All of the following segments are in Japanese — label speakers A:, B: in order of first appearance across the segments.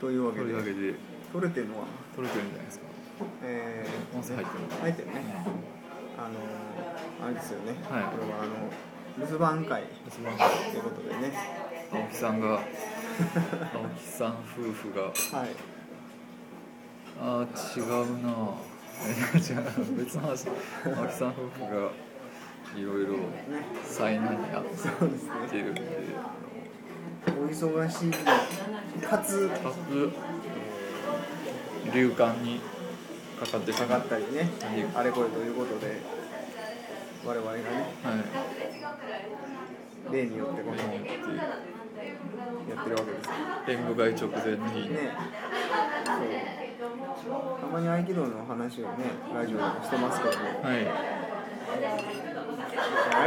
A: というわ
B: と
A: けで
B: いうわけで
A: 取れてるのは、
B: 取れてるんじゃないですか
A: えー
B: 音声入ってる
A: 入ってるねあのーあれですよね、
B: はい
A: これはあの留守番会
B: その青
A: ということでね
B: 木さん が青木さん夫婦が
A: はい
B: あー違うな ぁえ違う別の話青木さん夫婦がいろいろ
A: ね
B: 災難に遭っ
A: そうです
B: て
A: ね
B: るんで
A: お忙しいかつ
B: かつ流感にかかってし
A: か
B: ま
A: か
B: っ
A: ったたりね
B: はい
A: あれこれということで我々がね
B: はい
A: 例によってこの
B: っていう
A: やってるわけですよ
B: 演舞会直前に
A: ねそうたまに合気道の話をねラジオでもしてますけども
B: はい、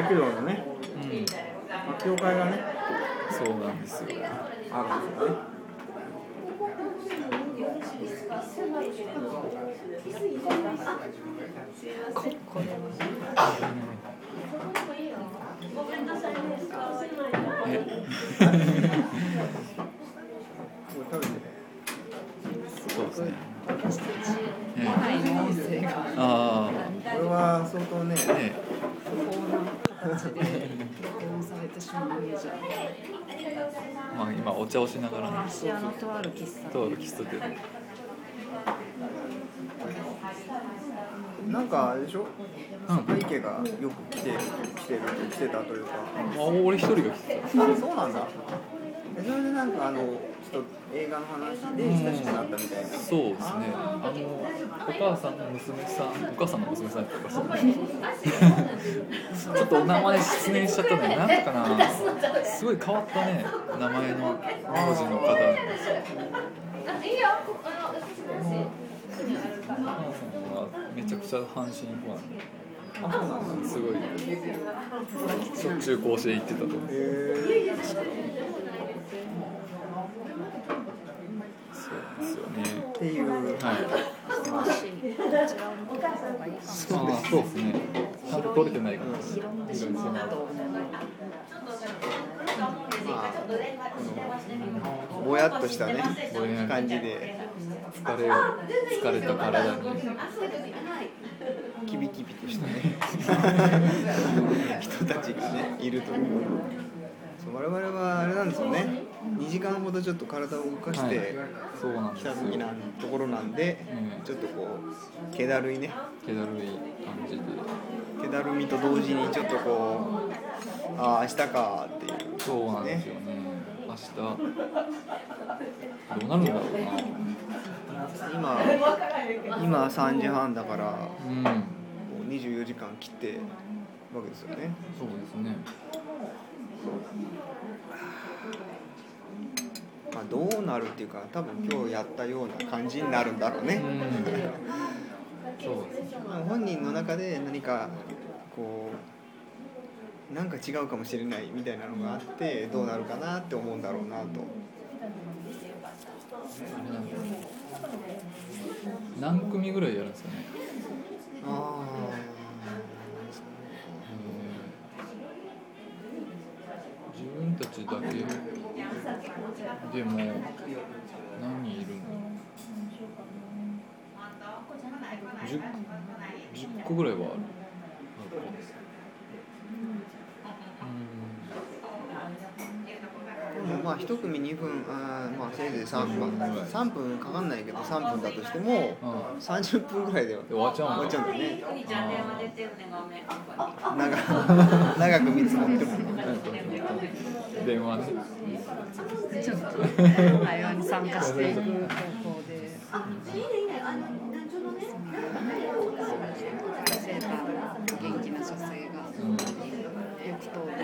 A: 合気道のね
B: うん、
A: 発表会がね
B: そうなん ですよ
A: あるんですよねこ
B: え
A: れ食べてね
B: そうですね
C: 私たち
B: え
C: 社会の音声が
B: あ
A: これは相当ね
B: あね
C: こうな形で録音されてしまうのじゃ
B: まあ今お茶をしながらね
C: 芦屋のとある喫茶
B: とある喫茶店で
A: なんかあれでしょ
B: うん
A: 坂井家がよく来て来てる来てたというか
B: あ俺一人が来て
A: あそうなんだえそれでなんかあのちょっと映画の話で親しくなったみたいな
B: たそうですねあのお母さんの娘さんお母さんの娘さんっていうかそうちょっとお名前失念しちゃったねなんだかなすごい変わったね名前の名字の方なんですよお母さんはめちゃくちゃ阪神ファン
A: あそうなんです
B: すごいしょっちゅう甲子園行ってたと思う
A: へえ
B: そうですよね
A: っていう
B: はい
C: 少し違うのがいいかもしれない
B: ああそうですねちゃんと取れてないかもし
C: 拾
B: れな
C: って
B: い
C: しまうと
A: まあこのぼやっとしたね
B: ぼやっ
A: 感じで
B: 疲れを疲れた体に
A: キビキビとしたね人たちがねいるというそう我々はあれなんですよね2時間ほどちょっと体を動かして、
B: そうなんで
A: 来
B: す
A: た
B: よ
A: 時なところなんで、
B: うん
A: ちょっとこう気だるいね
B: 気だるい感じで
A: 気だるみと同時にちょっとこうああ明日かーっていう
B: そうなんですよね明日どうなるんだろう
A: 今今3時半だからも
B: なうん
A: う24時間切ってるわけですよね
B: そうですね
A: まあどうなるっていうか多分今日やったような感じになるんだろうね、
B: うんそうですね
A: まあ本人の中で何かこうなんか違うかもしれないみたいなのがあってどうなるかなって思うんだろうなと
B: あれなんですね何組ぐらいやるんですかね
A: あ
B: 自分たちだけでも何人いるの 10, 10個ぐらいはある
A: あでもまあ1組2分あーまあせいぜい3分3分かかんないけど3分だとしても
B: うんあ
A: 30分ぐらいでは
B: で終わっちゃう
A: 終わ
B: んだ
A: っちゃうんだよね
D: あ
A: 長長く見積もっても
B: 電話ね
C: ちょっと会話に参加していく方向でセーター元気な女性が
B: うん
C: よく
B: そうだね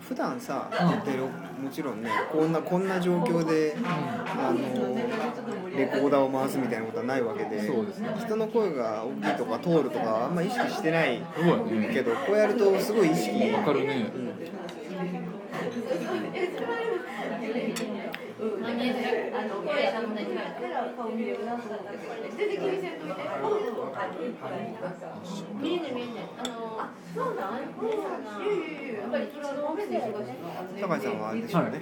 A: 普段さでろもちろんねこんなこんな状況で、あのレコーダーを回すみたいなことはないわけで
B: そうですね
A: 人の声が大きいとか通るとかあんま意識してない
B: すごい
A: け
B: ね
A: どこうやるとすごい意識
B: わかるね
A: 高橋さんはあれでしょうね、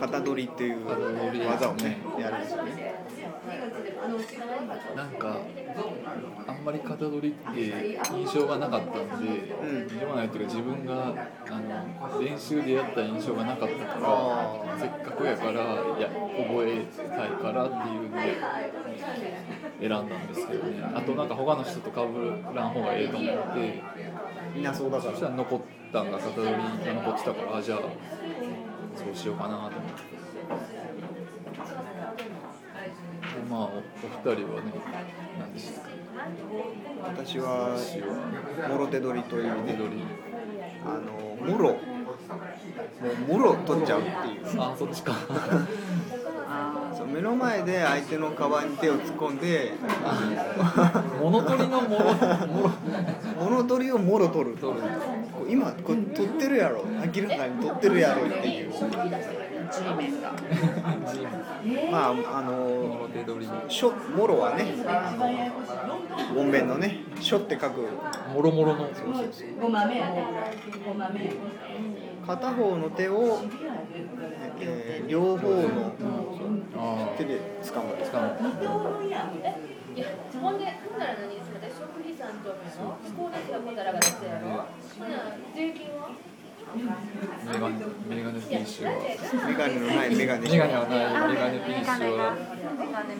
A: 型取りっていう
B: 型取り
A: 技をねやるんですよね
B: なんかあんまり型取りって印象がなかったんで、
A: うん
B: でもないっていうか自分があの練習でやった印象がなかった
A: あ
B: からせっかくやからいや覚えたいからっていうので選んだんですけどねあとなんか他の人と被らん方がええと思って
A: みんなそうだか
B: そした
A: ら
B: ら残ったんが型取りが残ってたからあじゃあそうしようかなと思って。でまあ、おお二人はね、何でしたっけ
A: 私はもろ手取りというね
B: 手取り
A: あのもろもうもろ取っちゃうっていう
B: あそっちか
C: あ
A: そう目の前で相手のカバンに手を突っ込んで
B: 物取りのもろもろ
A: 物取りをもろ取る
B: 取る
A: こう今これ取ってるやろ明らかに取ってるやろっていう
C: あ、G メンが。
A: まああの
B: 物手取り
A: しょもろはねあの音面のねしょって書く
B: もろもろの
A: 片方の手を、えー両方の
B: あ
A: 手で掴むんです
B: しかも
D: ほんで、ほんなら何ですか、私、食費三丁目の、こうなってこたらが出てやろ。ほな、税金は。
B: メガネメガネピーシュは
A: メガネのないメガネ
B: メガネはないメガネピー
C: メ
B: シ
C: ガネ
B: ュ
C: が
B: は
C: メガネメガネ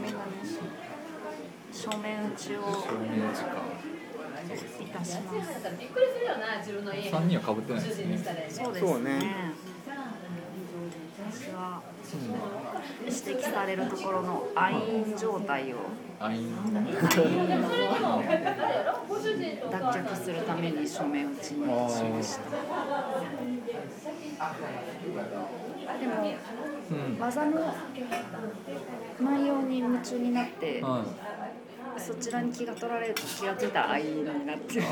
C: 正面打ちを
B: 照明時間
C: いたしま
D: だからびっくりするよな、自分の家。
B: 三人は被ってないですね
C: すそうです
A: そ
C: ね
A: うね
C: 私は指摘されるところのアイン状態を
B: あい
D: でも、それにも、あれやろ、ご主人とお
C: 脱
D: 母さん。
C: 却するために正面打ちにしましたでも
B: うん
C: 技の内容に夢中になって
B: はい
C: そちらに気が取られると気がついたらアイーンになってる
B: あ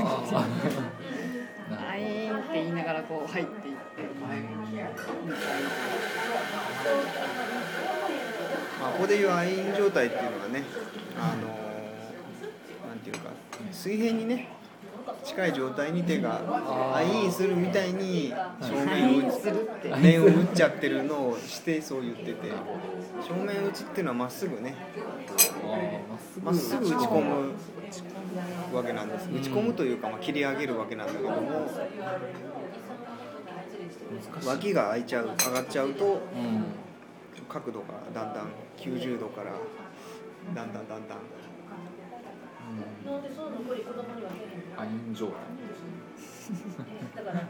B: ー
C: アイーンって言いながらこう入っていってみたいな
A: まあ、ここでいうアイン状態っていうのはね、あのーなんていうか水平にね近い状態に手が
B: あー
A: アインするみたいに正面を打つ
C: アインするって
A: 面を打っちゃってるのをしてそう言ってて正面打ちっていうのはまっすぐね
B: あー
A: まっすぐ打ち込むわけなんです
B: ん
A: 打ち込むというか、まあ、切り上げるわけなんだけども
B: 難しい
A: 脇が開いちゃう上がっちゃうと
B: うん
A: 角度がだんだん90度からだんだんだんだん
D: なんで、その残り子供にはけへん
B: アイン状態
D: の。だから、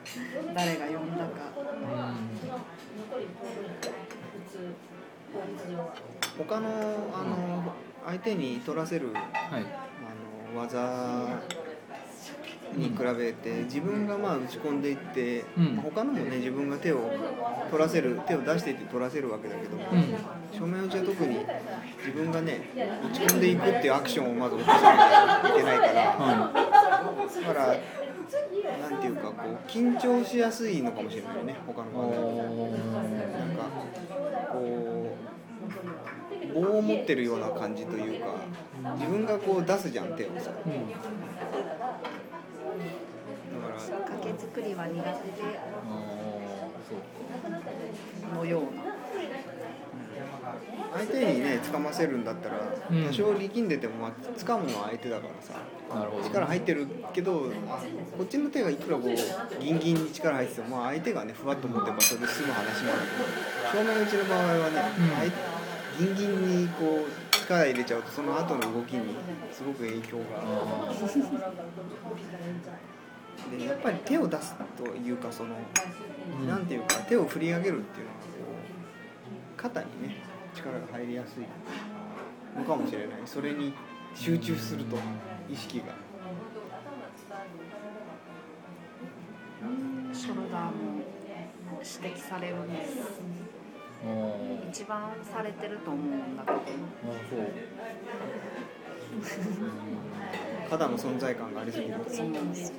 C: 誰が呼んだか
D: 子供は、その残り子供に。普通。法律上は。
A: 他のあの相手に取らせる
B: はい
A: あの技に比べて自分がまあ打ち込んでいって、
B: うん
A: まあ他のもね自分が手を取らせる手を出していって取らせるわけだけども、
B: うん
A: 正面打ちは特に自分がね打ち込んでいくっていうアクションをまず起こさなきゃいけないから、
B: は
A: だからなんていうかこう緊張しやすいのかもしれないね他の
B: い
A: 技より
B: お
A: な
B: ー
A: んかこう棒を持ってるような感じというか自分がこう出すじゃん手をさだか
B: うん
A: ら
C: 崖作りは苦手
B: あーそう
C: のような
A: 相手にね掴ませるんだったら
B: うん
A: 多少力んでてもまあ掴むのは相手だからさ
B: なるほど
A: 力入ってるけどこっちの手がいくらこうギンギンに力入っててもまあ相手がねふわっと持てばそれで済む話もあるけど正面打ちの場合はね相手ギンギンにこう力入れちゃうとその後の動きにすごく影響が。
B: あ
A: でやっぱり手を出すというかその、
B: ん
A: なんていうか手を振り上げるっていうのはこう肩にね力が入りやすいのかもしれないそれに集中すると意識が
C: ショルダーも指摘されるんです
B: ーもう
C: 一番されてると思うんだけど
B: あそう
A: 肩の存在感がありすぎる
C: そうなんですよ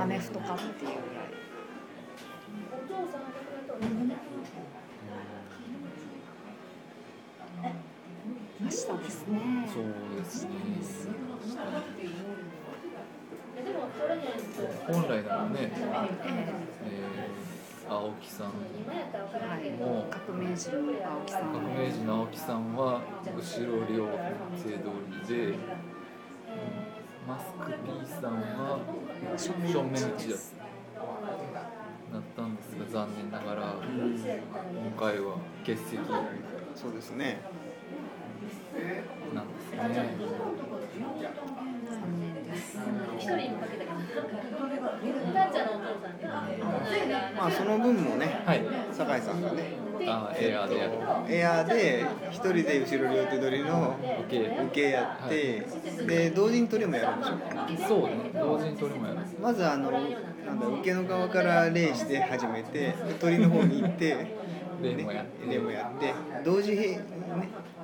C: アメフトかっていうぐらい明日ですね
B: そうですね
D: でも、取れへんと。
B: 本来ならね、
C: え
B: え青木さん
C: はい
B: もう
C: 革命児の青木さん
B: 革命児の青木さんは後ろ両正通りでマスク P さんは正面打ちだなったんですが残念ながら今回は欠席な
A: そうですね
B: んですね
C: 残念です
D: 一人にかけたけど、お母ちゃんのお父さんで、
A: まあその分もね
B: はい
A: 酒井さんがね
B: あーエアーでやる
A: エアーで一人で後ろ両手取りの
B: 受け
A: 受けやって、で同時に取りもやるんでしょ
B: そうね同時に取りもやる
A: まずあのなんだ受けの側から礼して始めてで鳥の方に行ってね
B: 例もやって
A: 礼もやって同時並ね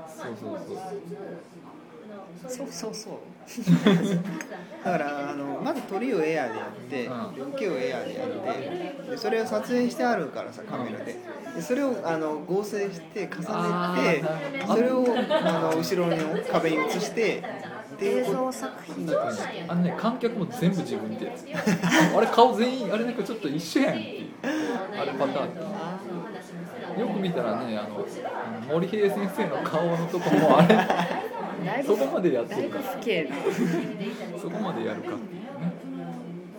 B: そうそうそう
C: そうそうそう
A: だからあのまず鳥をエアーでやって、受けをエアーでやってでそれを撮影してあるからさカメラででそれをあの合成して重
B: あ
A: ねて
B: ー
A: それをあの後ろの壁に映してってい
C: 映
A: うこ
C: 像
A: と
C: 作品
B: あのね観客も全部自分でやつあれ顔全員あれなんかちょっと一緒やんっていうあれパターンよく見たらねあのあの森平先生の顔のとこもあれ
C: だいぶ
B: そこまでやって
C: だい
B: る
C: ぶ
B: か
C: 不景な
B: そこまでやるかっていうね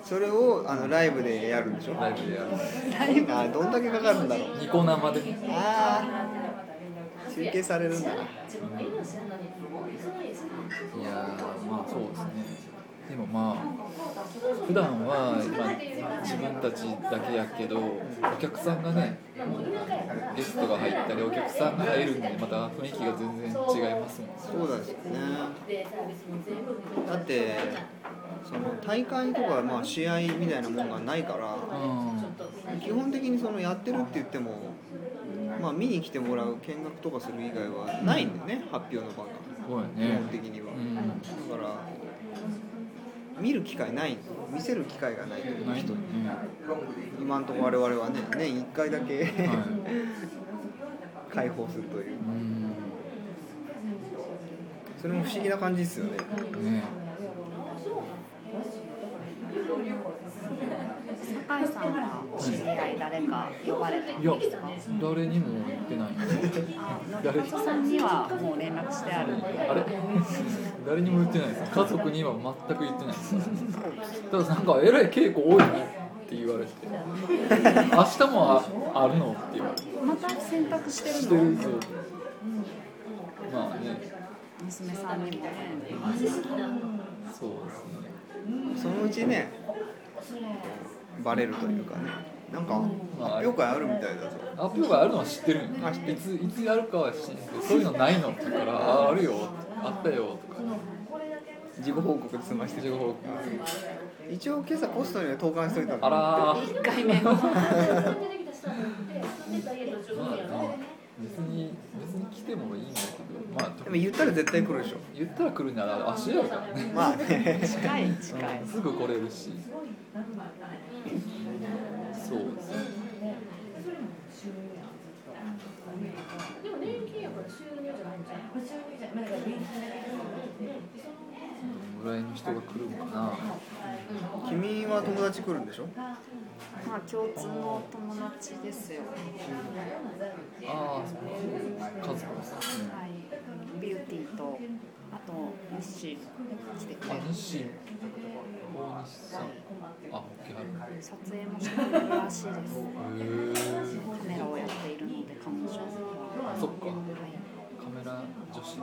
A: それをあのライブでやるんでしょ
B: ライブでやる
A: ライブあーどんだけかかるんだろう
B: ニコ生でね
A: ああ集計されるんだな
B: いやーまあそうですねでもまあ普段はまあ自分たちだけやけどお客さんがねゲストが入ったりお客さんが入るんでまた雰囲気が全然違いますもんね
A: そうなんですよねだってその大会とかまあ試合みたいなもんがないから
B: う
A: 基本的にそのやってるって言ってもまあ見に来てもらう見学とかする以外はないんだよね発表の場が
B: んそうや
A: 基
B: ね
A: 本的には
B: うん
A: だから見る機会ない見せる機会がないというか
B: ないとね、
A: 今んとこ我々はね年1回だけ
B: はい、
A: 開放するという
B: うん
A: それも不思議な感じですよね
B: ね
C: 高井さんは知り合い誰か呼ばれたん
B: いや
C: ですか
B: 誰にも言ってないんで
C: あ
B: 誰
C: 中田さんにはもう連絡してあるんで
B: あれ誰にも言ってないです家族には全く言ってないですただなんかえらい稽古多いねって言われて明日もああるのって言われて
C: また選択して
B: して
C: る
B: る
C: の
B: ぞまあね
C: 娘さんにもね
B: そうですね
A: そのうちねバレるというかねなんか
B: まあ
A: 発表会あるみたいだぞ
B: 発表会あるのは知ってるんよいついつやるかは知ってるそういうのないのって言うからああるよあったよとか
A: 事後報告で済まして
B: 事後報
A: 一応今朝ポストには投函しといたんだ
B: あらー
C: 1回目の
B: まあね別に別に来てもいいんだけどまあ
A: でも言ったら絶対来るでしょ
B: 言ったら来るなら足やからね
A: まあね
C: 近い近い
B: うんすぐ来れるしそうですねどのぐらいの人が来るのかな
A: 君は友達来るんでしょ
C: まあ共通の友達ですよ
B: ああそうか和子さんね
C: はい、ビューティーとあとミッシー来てくれ
B: あ
C: る
B: 西大西さんあ沖原
C: 撮影もしてくれるらしい
B: へ
C: です
B: え
C: カメラをやっているので彼女は
B: そっか
C: はい
B: カメラ女子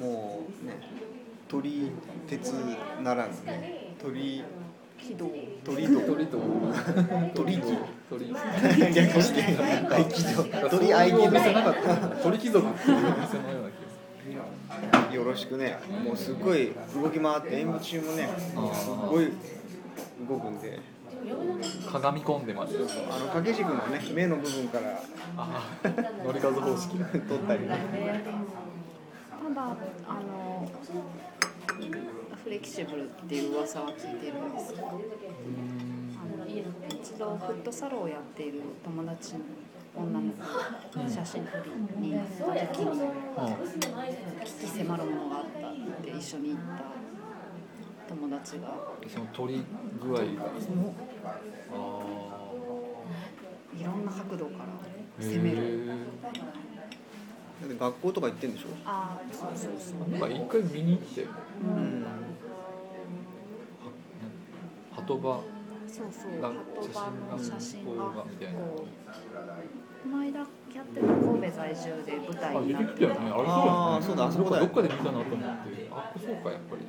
A: もうね鳥鉄ならぬね鳥
C: 喜怒
A: 鳥道
B: 鳥と
A: 鳥道
B: 鳥
A: 略して合気道鳥合気
B: じゃなか
A: 道
B: った鳥貴族っていうお店のような気がする
A: よろしくねもうすごい動き回って演舞中もねす
B: あー
A: ごい動くんで
B: 鏡込んでまで
A: あの掛け軸のね目の部分から
B: ああ乗り数方式
A: 取ったりね
C: ただあのフレキシブルっていう噂は聞いてるんですけどあの一度フットサルをやっている友達の女の子の写真撮りに行った時に
B: あ
C: 鬼気迫るものがあったって一緒に行った友達が
B: その取り具合が
C: も
B: あ
C: ういろんな角度から
B: ー
C: 攻める
B: へ
A: だって学校とか行ってんでしょ
C: ああそうそうそう
B: ーなんか一回見に行ったよね
C: うん
B: は鳩場
C: そうそう
B: が
C: 鳩場の写
B: 写真
C: 真
B: が
C: が
B: こうがみたいな
C: こうこの間やってた神戸在住で舞台
B: あ
C: に
B: 出
C: なってて
B: きたよねあれそうだよ
A: あ
B: ね
A: ーそうだあそこだ
B: ど
A: よ
B: っかで見たなと思ってあそうかやっぱり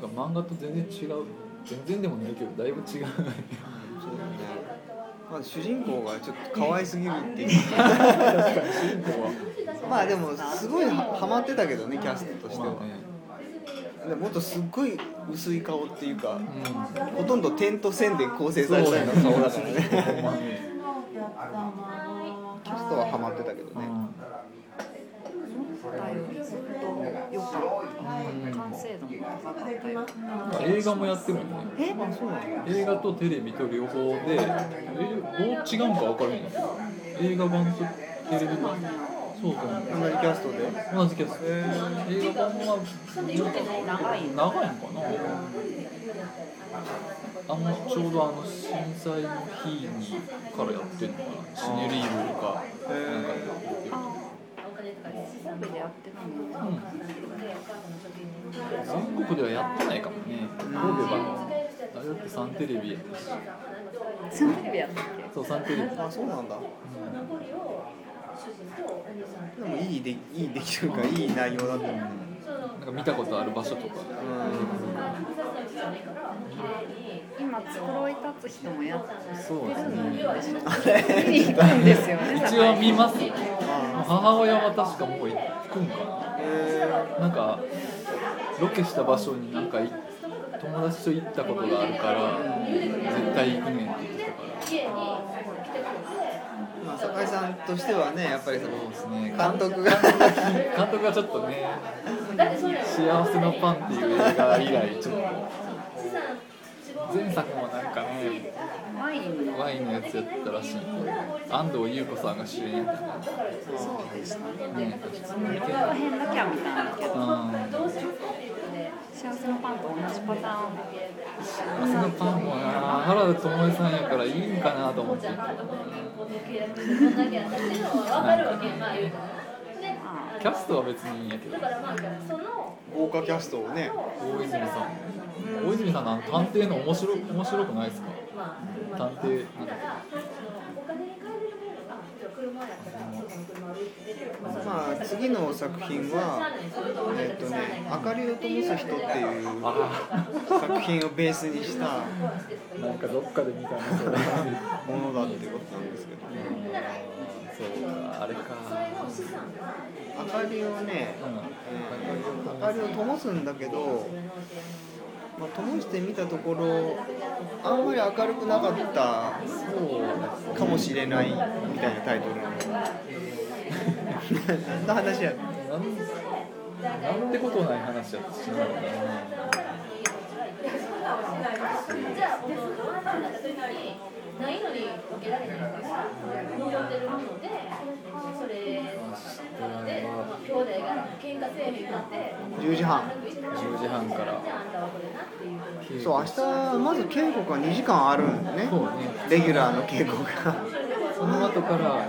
B: なんか漫画と全然違う全然でもないけどだいぶ違う
A: そうだねまあ主人公がちょっと可愛すぎるっていうまあでもすごいはハマってたけどねキャストとしては、
B: まあね
A: でもっとすっごい薄い顔っていうか
B: う
A: ほとんど点と線で構成されたような顔だから ね
B: んほんまに
A: キャストはハマってたけどね、
C: 舞台をずっとよく完成度も高かったよ
B: うん映画もやってるよね
C: え
B: 映画とテレビと両方でえどう違うんか分からへんの映画版とテレビ版そうかも
A: 同じキャストで
B: 同じキャスト映画版は
C: ちょっと長いの
B: 長いのかなあんまちょうどあの震災の日にからやってんのかなシネリーブルかなんかでやってる
C: あー
B: 全
C: 神戸でやってたの
B: 国ではやってないかもね神戸はあれだってサンテレビやし
C: サンテレビやったっ
B: そうサンテレビ
A: あそうなんだでもいいでいい出来というかいい内容だったよね
B: なんか見たことある場所とか
C: け今繕い立つ人もやって
B: そうです
C: るんで
B: ね
C: しょ見に行くんですよね
B: 一応見ます母親は確かもう行くんかななんかロケした場所になんかい友達と行ったことがあるから絶対行くねんって言ってたか ら
A: まあ、酒井さんとしてはねやっぱりその
B: そうですね
A: 監督が
B: 監督がちょっとね「幸せのパン」っていう映画以来ちょっと前作もなんかね
C: ワインの
B: ワインのやつやったらしいんで安藤優子さんが主演やったか
C: そうでしたね
B: らね
C: 予告編だけは見たんだけ
B: う
C: ど
B: ん
C: 幸せのパンと同じパターン
B: 明日のパンもな原田知世さんやからいいんかなと思って
C: ま
B: キャストは別にいいんやけど
A: 豪華キャストをね
B: 大泉さん大泉さんのあの探偵の面白面白くないですか探偵なんだっ
A: まあ次の作品はえっとね「明かりを灯す人」っていう作品をベースにした
B: けなんかどっかで見たなそれ
A: ものだってことなんですけどね
B: そうかあれか
A: 明かりをね、えー明かりを灯すんだけど、まあ、灯してみたところあんまり明るくなかった
B: そう
A: かもしれないみたいなタイトルなの 何の話や
B: なんなんてことない話やったしな
D: ないのに受けられないから、望んでるもので、それで、まあ、兄弟が喧嘩せえへんくなって、
A: 10時半
B: 10時半から
D: じゃああんたはこれなっていうふうに。
A: そう明日まず稽古が2時間あるんだね
B: そうね
A: レギュラーの稽古が
B: その後からま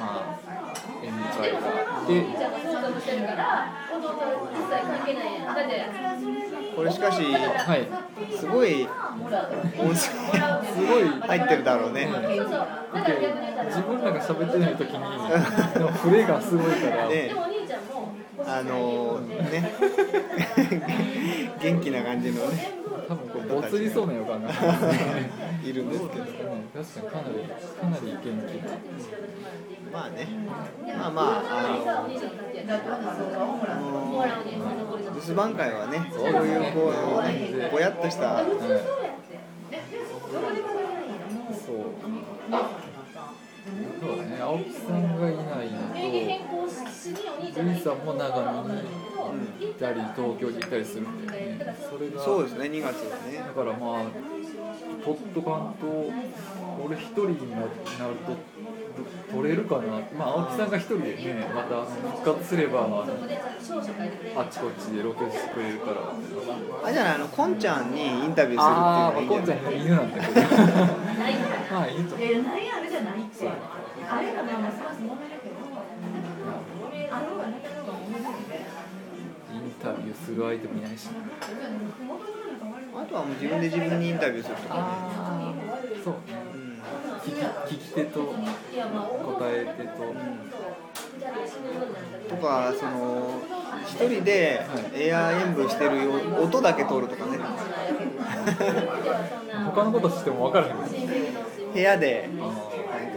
B: あ宴会があって
D: じゃあ、そうかもしてるから、弟は一切関係ないやん。だって、
A: これしかし
B: はい
A: すごい音声すごい入ってるだろうね
D: そうそう、だから逆に言ったら、
B: 自分らが喋ってない時にでもプレーがすごい から、
A: ね
D: でもお兄ちゃんも、
A: あのー、ね 元気な感じのね
B: 多分こうボツりそうな予感がしますね
A: いるんですけど
B: 確かにかなりかなり元気な
A: まあねまあまああのうん留守番会はねそういうこうねぼやっとした
B: そうそうだね青木さんがいない
D: 名義
B: の
D: 変更しにお兄ち
B: と
D: ゃん
B: ル
D: が行
B: イ
D: っ
B: さんも長野に行ったり東京に行ったりするんだよねそれが
A: そうですね2月はね
B: だからまあポット缶と俺一人になると取れるかな、まあ、青木さんが一人でね、また復活すれば、あっちこっちでロケしてくれるから、
A: あれじゃないあのこんちゃんにインタビュ
B: あ
A: ー
B: あ、ますあ、
A: るってい
B: こ
A: うんの
B: ち
A: が
B: ゃ
A: いいん
B: ん
A: じ
B: が
A: ゃない
B: 犬なん だけど、
D: ないから。
B: まあ、いいと、
D: え何あれじゃないってあれがまあますます揉めるけどあろうがなかろうが揉めるので
B: インタビューする相手もいないし、
A: あとはもう自分で自分にインタビューするとか
C: あ
B: そうね、
A: うん
B: 聞き聞き手と答え手と、
A: とかその一人でエアー演舞してるよ音だけ撮るとかね
B: 他のことしても分からへんもんね。
A: 部屋で
B: あ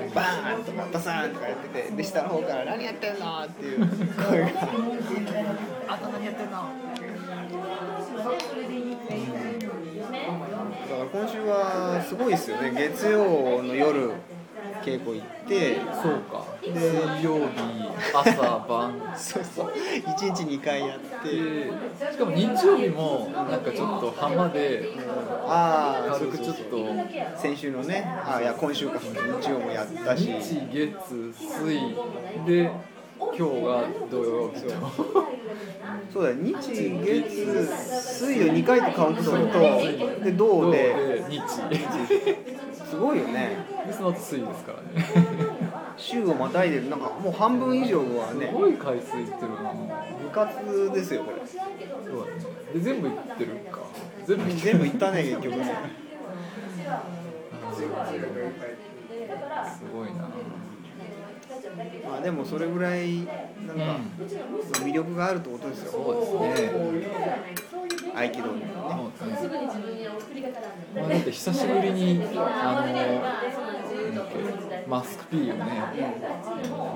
B: ー
A: バーンとかバサーンとかやっててで下の方から「何やってんの?」っていう声が
C: あ、あと何やってんの
A: だから今週はすごいですよね月曜の夜稽古行って
B: そうか、水曜日、朝、晩、
A: そうそう1日2回やって
B: でしかも日曜日もなんかちょっと浜で
A: ああそ
B: 軽
A: う
B: く
A: そう
B: ち
A: そ
B: ょっ
A: う
B: と
A: 先週のねあーいや今週か日曜もやった
B: 日
A: し
B: 月水で今日が土曜日と
A: そうだよ日月水曜2回とカウントするとで銅
B: 土
A: で
B: で日
A: すごいよね
B: でその後水ですからね
A: 週をまたいでるなんかもう半分以上は
B: す
A: ね
B: ごい回数いってるな
A: 部活ですよこれ
B: そうだねで全部いってるか全部いって
A: 全
B: る
A: 部いったね結局ね
B: すごいな
A: まあでもそれぐらいなんか魅力があるってことですよ
B: そうですね
A: 合気道に
B: そ
A: はね
B: うですね
D: 自分に送り方なんで
B: まあ、だって久しぶりにあのなんだっけマスク P をね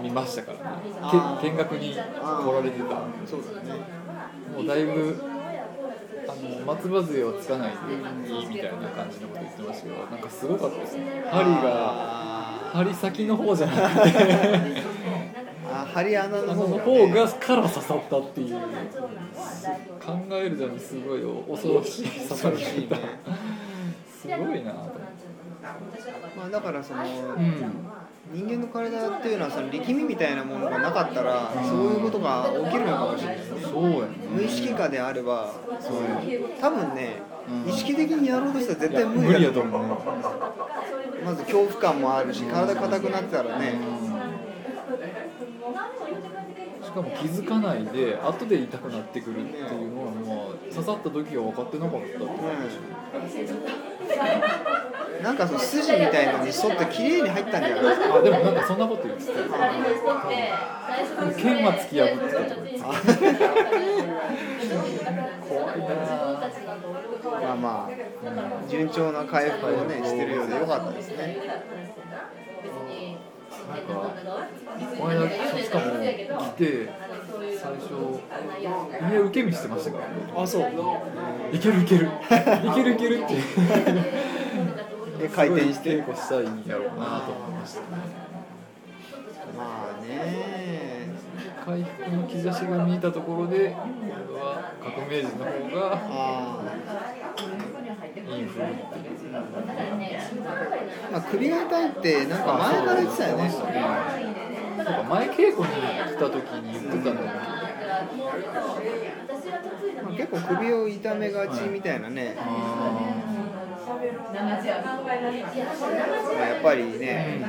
B: 見ましたからね
A: あー
B: け見学に来られてたんで
A: そうだよね
B: もうだいぶあの松葉杖をつかないでいいみたいな感じのこと言ってましたけどなんかすごかったですね針が
A: あ
B: 針先の方じゃなくて
A: ーあ針穴
B: あ
A: の
B: の
A: 方
B: 方
A: ね
B: がから刺さったっていう考えるだにすごい恐ろしい刺さ
A: 恐ろ
B: り
A: しいね
B: 方すごいなと思って。
A: まあだからその
B: うん
A: 人間の体っていうのはその力みみたいなものがなかったらそういうことが起きるのかもしれないね
B: そうやね
A: 無意識下であればそういう多分ね、
B: うん
A: 意識的にやろうとしたら絶対無
B: いや無
A: 理
B: 理
A: だ
B: や
A: と
B: と
A: 思う
B: 思う
A: まず恐怖感もあるし体硬くなってたらね、
B: しかも気づかないで後で痛くなってくるっていうのはもう刺さった時は分かってなかったってことでし
A: うん、なんかその筋みたいのに沿って綺麗に入ったんじゃないですか
B: ょあでもなんかそんなこと言ってた剣は突き破ってたとか言ってた怖いなぁ
A: まあまあ順調な回復をねしてるようでよかったですね
B: なんかこの間しかも来て最初家受け身してましたからね
A: あそう
B: いけるい けるいけるいけるって
A: で回転し
B: すごい
A: て
B: 稽古したいんやろうなと思いましたね
A: まあね
B: 回復の兆しが見えたところで今度は革命児の方が
A: あ
B: インフルっていう
A: ー、まあ、首が痛いってなんか前から言ってたよね
B: なんか前稽古に来た時に言ってたのに
A: まあ結構首を痛めがちみたいなね、まあ、やっぱりね、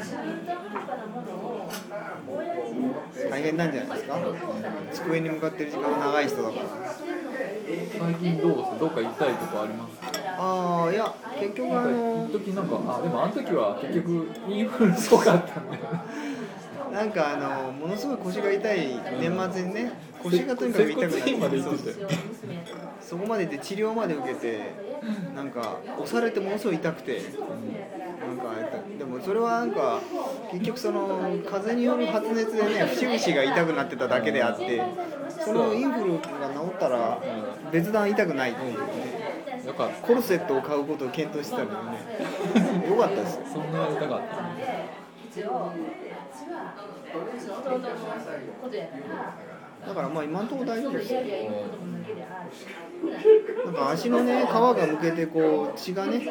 A: 大変なんじゃないですか、机に向かってる時間が長い人だから
B: 最近どうですかどっか痛いとこありますか
A: ああいや結局あの
B: 一時なんかあでもあの時は結局インフルすごかったんで
A: なんかあのものすごい腰が痛い年末にね腰がとにかく痛くなって
B: 接骨院まで行ってたよ
A: そこまで行って治療まで受けてなんか押されてものすごい痛くて、なんかでもそれはなんか結局その風邪による発熱でね節々が痛くなってただけであってそのインフルが治ったら別段痛くないっていうね
B: よかっ
A: コルセットを買うことを検討してたのよねよかったです
B: たそんな痛かった
D: 弟のことやから。
A: だからまあ今のところ大丈夫ですよ
D: やりゃいいこともなけりゃある
A: なんか足のね皮がむけてこう血がね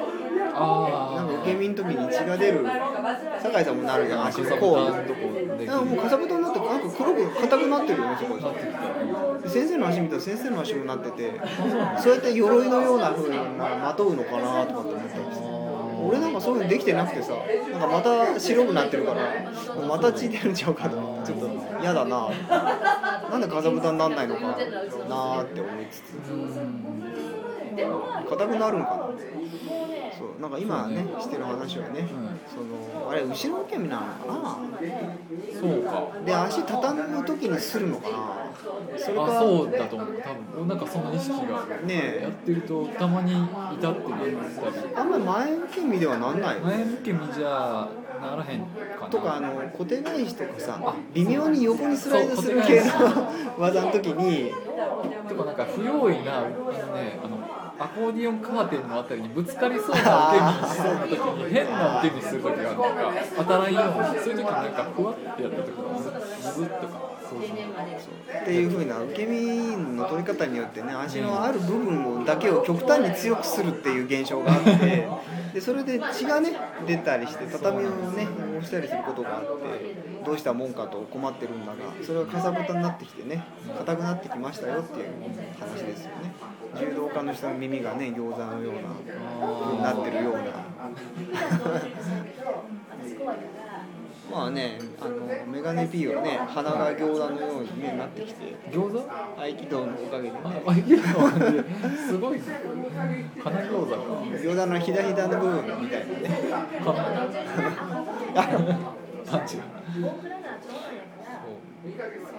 B: あ
A: なんか受け身の時に血が出る酒井さんもなるじゃん足のこうあもうかさぶたになってなんか黒く硬くなってるよねそこ先生の足見たら先生の足もなっててそうやって鎧のような風にまとうのかなとかって思ったりして俺なんかそういうのできてなくてさなんかまた白くなってるからもうまた血出るんちゃうかと思ってちょっと嫌だななんでかさぶたになんないのかなーって思いつつ
D: でもまあ
A: 硬くなるのかな
D: もうね
A: そうなんか今ねしてる話はね、そのあれ後ろ受け身なのか
B: そうか
A: なで足畳む時にするのかなそれ
B: あ
A: か
B: そうだと思う多分なんかその意識が
A: ね
B: やっ
A: え
B: てるとたまに至ってるやつ
A: あんまり前受け身ではなんないよね
B: 前向きにじゃあならへんかな
A: とかあの小手返しとかさ微妙に横にスライドする系
B: そう
A: の技の時に
B: とかなんか不用意なあのねあのアコーディオンカーテンのあたりにぶつかりそうな受け身しそうな時に変な受け身する時があるのか当たらんようにそういう時になんかふわってやった時にズズッとかそうそう
A: っていう風な受け身の取り方によってね足のある部分をだけを極端に強くするっていう現象があってでそれで血がね出たりして畳をね押したりすることがあってどうしたもんかと困ってるんだがそれがかさぶたになってきてね硬くなってきましたよっていう話ですよね柔道家の人の耳がね餃子のような風になってるような。
D: 私怖いから
A: まあね、あのメガネ P はね、鼻が餃子のように、ね、なってきて、
B: 餃子
A: 合気道のおかげでね、
B: あ、いいのすごいね。花餃子 か。
A: 餃子のひだひだの部分みたいなね、
B: パンチが。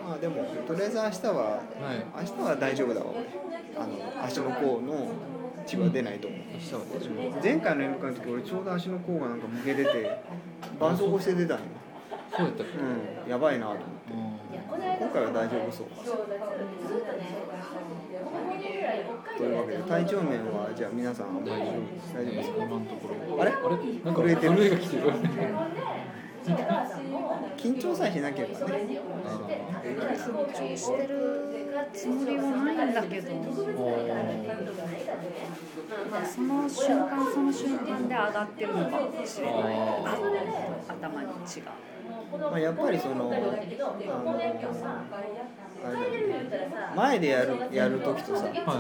A: まあでも、とりあえず明日は、
B: はい。
A: 明日は大丈夫だわ、俺、あの足の甲の血は出ないと思う、明日は大丈夫前回の演舞会の時俺、ちょうど足の甲がなんかむけ出て、絆創膏して出たのよ、
B: そうやったっけ。
A: うん、やばいなと思って、
B: う
A: 今回は大丈夫そう。というわけで、体調面は、じゃあ皆さん、あんまり大丈夫ですか
B: 今のところ。
A: あれ
B: あれ、なんか
A: 震えてる
B: 震えが来てる。
A: 緊張さえしなければね。
C: 緊張してるつもりはないんだけどその瞬間その瞬間で上がってるのかもしれない
B: あ
C: あ頭に血が
A: まあ、やっぱりその、あの、あれだよね前でやる、やる時とさ。
B: は
A: あ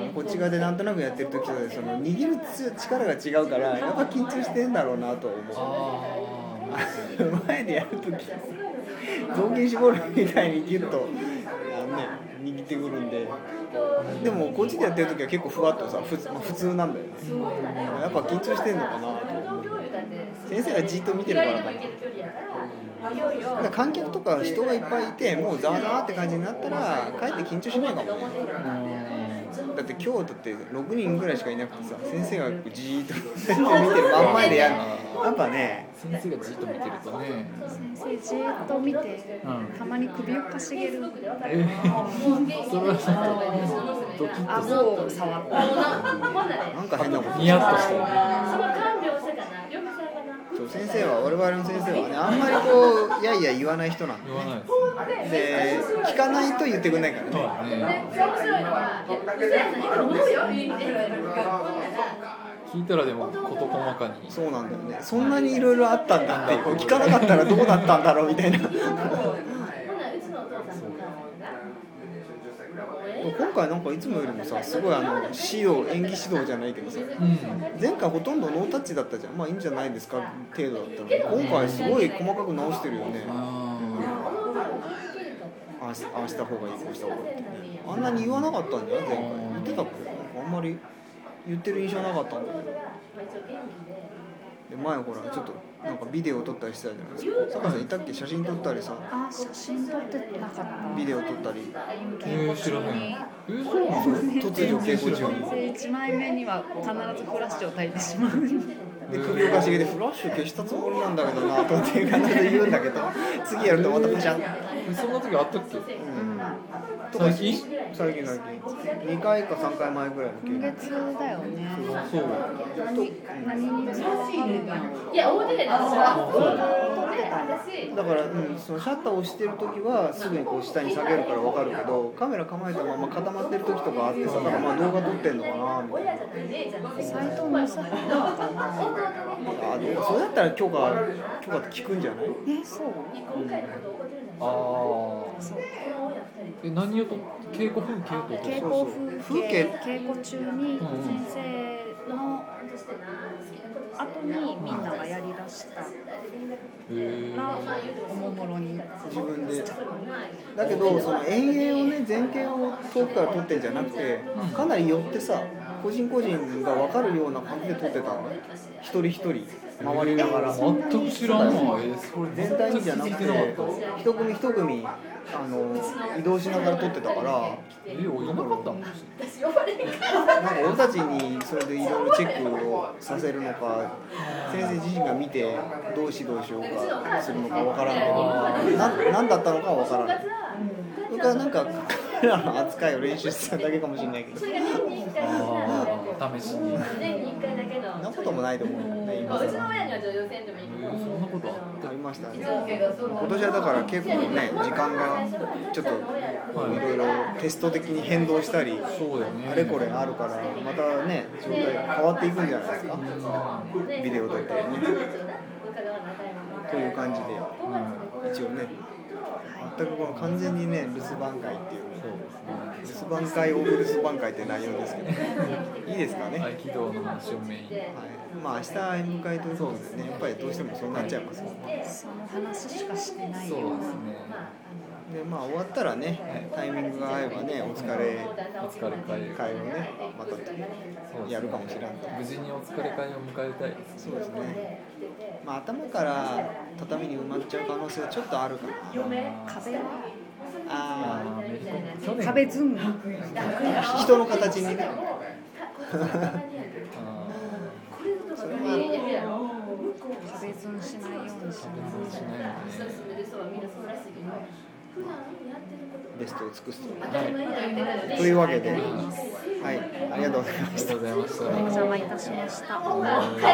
A: のこっち側でなんとなくやってる時とで、その握るつ力が違うから、やっぱ緊張してんだろうなと思う。
B: あ
A: 前でやる時。雑巾絞るみたいにギュッと、あのね、握ってくるんで。でも、こっちでやってる時は結構ふわっとさ、ふつ、まあ、普通なんだよね。やっぱ緊張してんのかなと思う。先生がじっと見てるからかな。だから観客とか人がいっぱいいてもうざわざわって感じになったらかえって緊張しないかもねだって今日だって6人ぐらいしかいなくてさ先生がこうじーっと先生見てる真ん前でやるやっぱね
B: あ。先生がじっと見てるとね。
C: 先生じーっと見て
B: うん。
C: たまに首をかしげる
B: えー、それはちょっとドキッとする。
C: 顎を触った
A: なんか変なこと
B: ニヤッとしてる。
A: そう先生は我々の先生はねあんまりこういやいや言わない人なん
B: 言わないです
A: でで聞かないと言ってくれないからね
B: ね。ね。聞いたらでも事細かに。
A: そうなんだよねそんなにいろいろあったんだっていう聞かなかったらどうだったんだろうみたいな今回なんかいつもよりもさすごいあの指導演技指導じゃないけどさ
B: うん。
A: 前回ほとんどノータッチだったじゃんまあいいんじゃないですか程度だったのに今回すごい細かく直してるよね
B: あ
A: ああしああした方がいいこうした方がいいってあんなに言わなかったんだよ前回言ってたっけあんまり言ってる印象なかったんだけどで前ほらちょっとなんかビデオ撮ったりしてたじゃないですか坂井さんいたっけ写真撮ったりさ
C: あ写真撮ってなかった
A: ビデオ撮ったり
B: あ。えー、知らない。えー、そうなの。
A: 突如稽古中に
C: 先生1枚目には必ずフラッシュを焚いてしまう
A: で首をかしげてフラッシュ消したつもりなんだけどなとかっていう感じで言うんだけど次やるとまたパシャン
B: そんな時あったっけ？
A: とか
B: 最近
A: 最近最近2回か3回前ぐらいの
C: 今
A: 稽
C: 月だよね
A: 古そう
C: 何に使われるんやろ
D: いや、表でね、私は。で、
A: だから、うん、そのシャッターを押してる時はすぐにこう下に下げるからわかるけどカメラ構えたまま固まってる時とかあってさだからまあ動画撮ってんのかなみたいな
D: 親じゃない、姉じゃない。
C: サイトもさ
A: あどうそれだったら許可許可って聞くんじゃない
C: えそう
D: 今回のこと起こってるんじゃない。
B: あ
C: そう
D: この
B: ー
D: 親二人。
B: え何をと稽古風景を撮ってる
C: 稽古風景
A: 風
C: 稽古中に先生の後にみんながやりだした
B: へえ
C: らおもむろに
A: 自分でだけどその遠影をね全景を遠くから撮ってんじゃなくてかなり寄ってさ個人個人が分かるような感じで撮ってたのね一人一人回りながら
B: 全く知らんわえそれ
A: 全体にじゃなく
B: 全然気づい
A: て
B: なかった
A: 一組一組あの移動しながら撮ってたから
B: えおいなかったの
D: 私呼ばれんか
A: なんか俺たちにそれでいろいろチェックをさせるのか先生自身が見てどうしどうしようかするのかわからないな何だったのかはわからないそれからなんか彼らの扱いを練習してただけかもしれないけど
D: それが年に一回
B: ああ試しに
D: 年に一回だけ
A: そ
D: の
A: んなこともないと思うけどね今
D: うちの
A: 更
D: 親には女優戦でもいいけど、
B: そんなことあっ
A: ありましたね今
D: 今
A: 年はだから結構ね時間がちょっといろいろテスト的に変動したり
B: そうだよね
A: あれこれあるからまたね状態が変わっていくんじゃないですかビデオ撮ってねという感じで一応ね全くこの完全にね留守番会っていう
B: そう
A: 留
B: ですね
A: 守番会オブ留守番会って内容ですけどいいですかね、は
B: 合
A: い、
B: 気道の話をメインに
A: まあ明日演舞会ということでねやっぱりどうしてもそうなっちゃいますもんね
C: その話しかしてないよ
B: そうで
C: うな
B: すね
A: でまあ終わったらねタイミングが合えばねお疲れ
B: お疲れ会
A: 会をねま
B: そうです
A: た
B: ね
A: やるかもしれない
B: 無事にお疲れ会を迎えたいです
A: そうですねまあ頭から畳に埋まっちゃう可能性はちょっとあるかな
C: 壁は
A: あ
B: あーメリコン去年
C: 壁ずんぐり
A: あ人の形にね
B: あ
A: それは
C: 壁ずんしないようにし
B: ー
C: な
B: 別にし ないよね
A: ベストを尽くすと
D: はい
A: というわけではいありがとうございま
B: あ
A: し
B: りが
A: た
B: とうございました
C: お邪魔いたしました
D: はい